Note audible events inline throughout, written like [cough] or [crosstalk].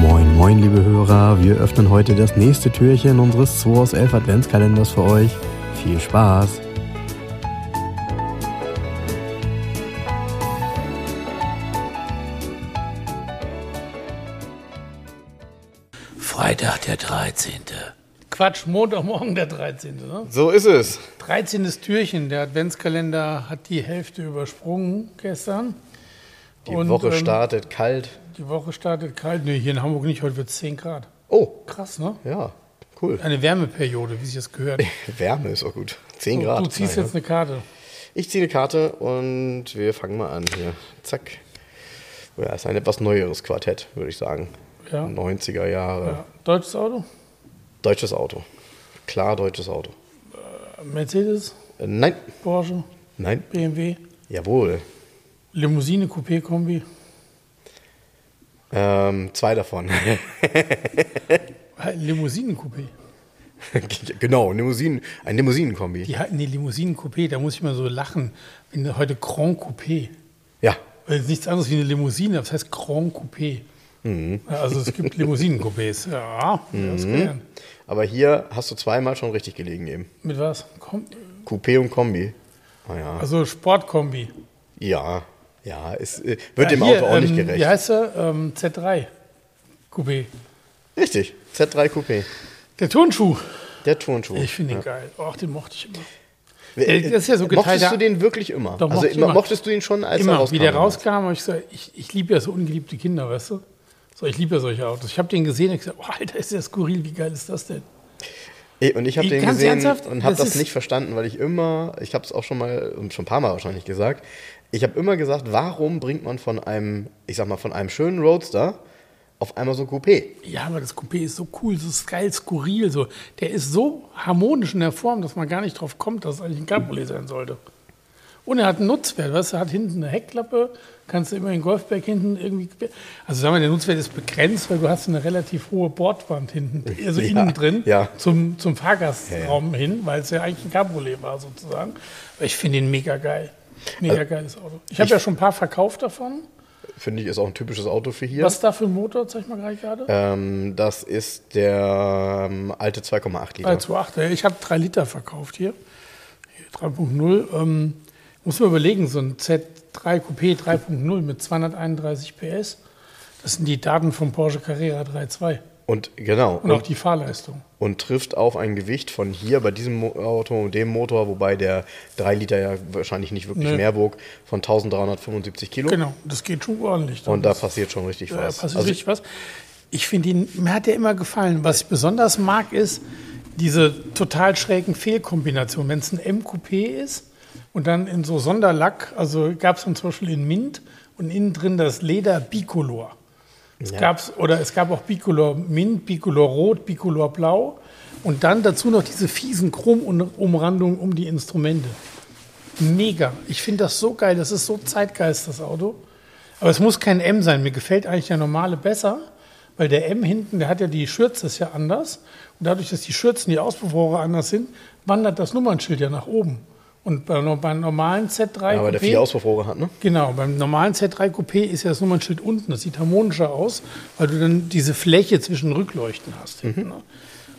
Moin, moin, liebe Hörer. Wir öffnen heute das nächste Türchen unseres 2 aus 11 Adventskalenders für euch. Viel Spaß! Freitag der 13. Quatsch, Montagmorgen der 13. Ne? So ist es. 13. Türchen, der Adventskalender hat die Hälfte übersprungen gestern. Die Woche ähm, startet kalt. Die Woche startet kalt. Nee, hier in Hamburg nicht, heute wird es 10 Grad. Oh, Krass, ne? ja, cool. Eine Wärmeperiode, wie sich das [laughs] gehört. Wärme ist auch gut. 10 Grad. du ziehst Nein, jetzt eine Karte. ja. Ich ziehe eine Karte und wir fangen mal an hier. Zack. Ja, ist ein etwas neueres Quartett, würde ich sagen. Ja. 90er Jahre. Ja. Deutsches Auto? Deutsches Auto. Klar deutsches Auto. Mercedes, Äh, nein, Porsche, nein. BMW, Jawohl. Limousine, Coupé, Kombi. Ähm, zwei davon. [laughs] Äh, Limousinen-Coupé. genau, Limousinen, ein Limousinenkombi. Die hatten die Limousinen-Coupé, da muss ich mal so lachen. Wenn da heute Grand Coupé. Ja, Weil es ist Äh, nichts anderes wie eine Limousine, das heißt Grand Coupé. Mhm. Also es [laughs] gibt Limousinen-Coupés. Ja, mhm. das gelernt. aber hier hast du zweimal schon richtig gelegen eben. Mit was? Kom Coupé und Kombi. Ah ja. also Sportkombi. Ja, ja, es äh, wird dem Ja, hier, Auto auch nicht ähm, gerecht. Wie heißt er? Ähm, Z3 Coupé. Richtig, Z3 Coupé, Der Turnschuh. der Turnschuh. Ich finde den geil. Och, den mochte ich immer. Äh, das ist ja so geteilter- Mochtest du den wirklich immer? Doch, also mochte ich immer. mochtest du ihn schon, als er Immer, rauskam? wie der rauskam, habe ich gesagt, ich, ich liebe ja so ungeliebte Kinder, weißt du? So, ich liebe ja solche Autos. Ich habe den gesehen und gesagt, oh, Alter, ist der skurril, wie geil ist das denn? Äh, Und ich habe Wie, den ganz gesehen ernsthaft? und habe Das das, ist- nicht verstanden, weil ich immer, ich habe es auch schon mal und schon ein paar Mal wahrscheinlich gesagt, ich habe immer gesagt, warum bringt man von einem, ich sag mal, von einem schönen Roadster auf einmal so ein Coupé? Ja, aber das Coupé ist so cool, so ist geil, skurril. So. Der ist so harmonisch in der Form, dass man gar nicht drauf kommt, dass es eigentlich ein Cabriolet sein sollte. Und er hat einen Nutzwert, weißt du, er hat hinten eine Heckklappe, kannst du immer den Golfberg hinten irgendwie. Also sagen wir, der Nutzwert ist begrenzt, weil du hast eine relativ hohe Bordwand hinten, also [laughs] Ja, innen drin, ja. zum, zum Fahrgastraum hin, weil es ja eigentlich ein Cabriolet war sozusagen. Aber ich finde ihn mega geil. Mega Also geiles Auto. Ich habe ja schon ein paar verkauft davon. Finde ich, ist auch ein typisches Auto für hier. Was ist da für ein Motor, zeig mal gleich gerade? Ähm, das ist der ähm, alte 2,8 Liter. 3 zu 8. äh, Ich habe 3 Liter verkauft hier. Hier 3.0. Ähm, muss man überlegen, so ein Z3 Coupé 3.0 mit 231 PS. Das sind die Daten vom Porsche Carrera 3.2 Und genau. und auch die Fahrleistung. und trifft auf ein Gewicht von hier bei diesem Mo- Auto und dem Motor, wobei der 3 Liter ja wahrscheinlich nicht wirklich Nö. mehr wog, von 1375 Kilo. Genau, das geht schon ordentlich. Und da passiert schon richtig Ja, was. passiert also, richtig was. Ich finde ihn, mir hat er immer gefallen. Was ich besonders mag, ist diese total schrägen Fehlkombinationen. Wenn es ein M-Coupé ist und dann in so Sonderlack, also gab es dann zum Beispiel in Mint und innen drin das Leder Bicolor. Es gab's, oder es gab auch Bicolor Mint, Bicolor Rot, Bicolor Blau und dann dazu noch diese fiesen Chromumrandungen um die Instrumente. Mega. Ich finde das so geil. Das ist so Zeitgeist, das Auto. Aber es muss kein M sein. Mir gefällt eigentlich der normale besser, weil der M hinten, der hat ja die Schürze ist ja anders. Und dadurch, dass die Schürzen, die Auspuffrohre anders sind, wandert das Nummernschild ja nach oben. Und bei, beim normalen Z3 aber der Coupé- vier Auspuffrohre hat, ne? Genau, beim normalen Z3 Coupé ist ja das Nummernschild unten. Das sieht harmonischer aus, weil du dann diese Fläche zwischen Rückleuchten hast. Mhm. Hinten, ne?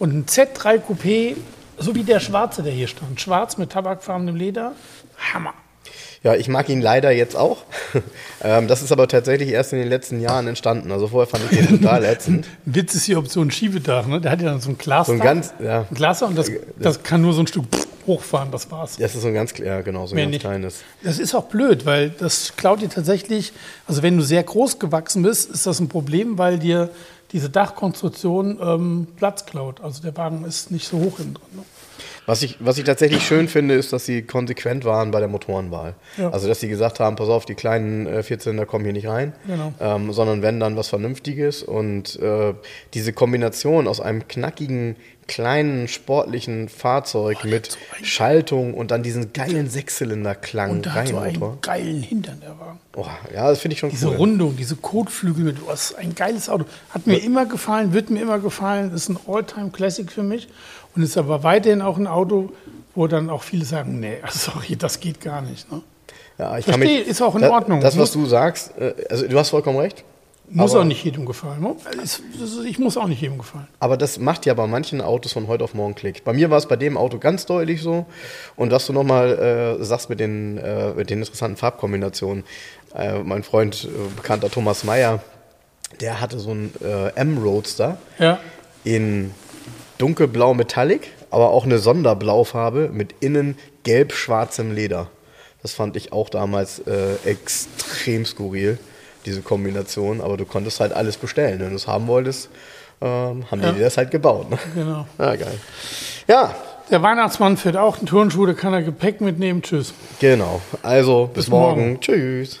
Und ein Z3 Coupé, so wie der schwarze, der hier stand. Schwarz mit tabakfarbenem Leder. Hammer. Ja, ich mag ihn leider jetzt auch. [laughs] ähm, das ist aber tatsächlich erst in den letzten Jahren entstanden. Also vorher fand ich den [laughs] total ätzend. Ein Witz ist die Option Schiebedach, ne? Der hat ja dann so ein Glas. So ein ganz- ja. ein Glas und das, das kann nur so ein Stück hochfahren, das war's. Das ist so ein ganz, kle- ja, genau, so ein Mehr ganz nicht. kleines. Das ist auch blöd, weil das klaut dir tatsächlich, also wenn du sehr groß gewachsen bist, ist das ein Problem, weil dir diese Dachkonstruktion ähm, Platz klaut. Also der Wagen ist nicht so hoch innen drin. Ne? Was ich, was ich tatsächlich schön finde, ist, dass sie konsequent waren bei der Motorenwahl. Ja. Also, dass sie gesagt haben, pass auf, die kleinen äh, Vierzylinder kommen hier nicht rein, Genau. ähm, sondern wenn dann was Vernünftiges. Und äh, diese Kombination aus einem knackigen kleinen sportlichen Fahrzeug der mit hat so einen- Schaltung und dann diesen geilen Sechszylinder-Klang. Und da hat so einen Reihenmotor. geilen Hintern der Wagen. Oh, ja, das finde ich schon Diese cool. Rundung, diese Kotflügel, mit- oh, das ist ein geiles Auto. Hat mir immer gefallen, wird mir immer gefallen, ist ein All-Time-Classic für mich und ist aber weiterhin auch ein Auto, wo dann auch viele sagen, nee, [laughs] sorry, das geht gar nicht. Ne? Ja, ich Verstehe, ist auch in da, Ordnung. Hm? Das, was Muss- du sagst, äh, also du hast vollkommen recht. Muss Aber- auch nicht jedem gefallen. ne? Es- es- Ich muss auch nicht jedem gefallen. Aber das macht ja bei manchen Autos von heute auf morgen Klick. Bei mir war es bei dem Auto ganz deutlich so. Und was du nochmal äh, sagst mit den, äh, mit den interessanten Farbkombinationen. Äh, mein Freund, äh, bekannter Thomas Meyer, der hatte so einen äh, M-Roadster Ja. in dunkelblau Metallic, aber auch eine Sonderblaufarbe mit innen gelb-schwarzem Leder. Das fand ich auch damals äh, extrem skurril, diese Kombination. Aber du konntest halt alles bestellen. Wenn du es haben wolltest, ähm, haben Ja. die dir das halt gebaut. Ne? Genau. Ja, geil. Ja, Der Weihnachtsmann fährt auch einen Turnschuh, da kann er Gepäck mitnehmen. Tschüss. genau. Also, bis, Bis morgen. morgen. Tschüss.